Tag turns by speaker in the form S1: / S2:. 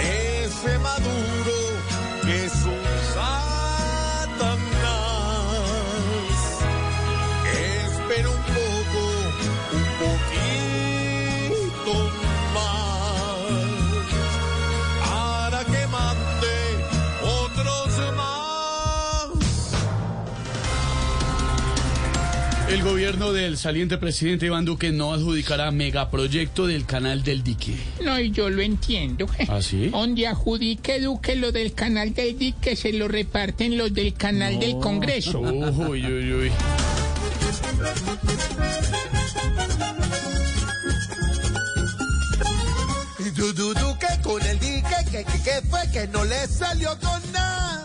S1: Ese maduro que es un satanás. Espera un poco, un poquito más. Para que mande otros más.
S2: El gobierno del saliente presidente Iván Duque no adjudicará megaproyecto del canal del dique.
S3: No, y yo lo entiendo.
S2: ¿Ah, sí?
S3: Donde adjudique Duque lo del canal del dique, se lo reparten los del canal del Congreso.
S2: Uy, uy, uy.
S1: Y du, du, du, que con el dique, que, que, que fue que no le salió con nada.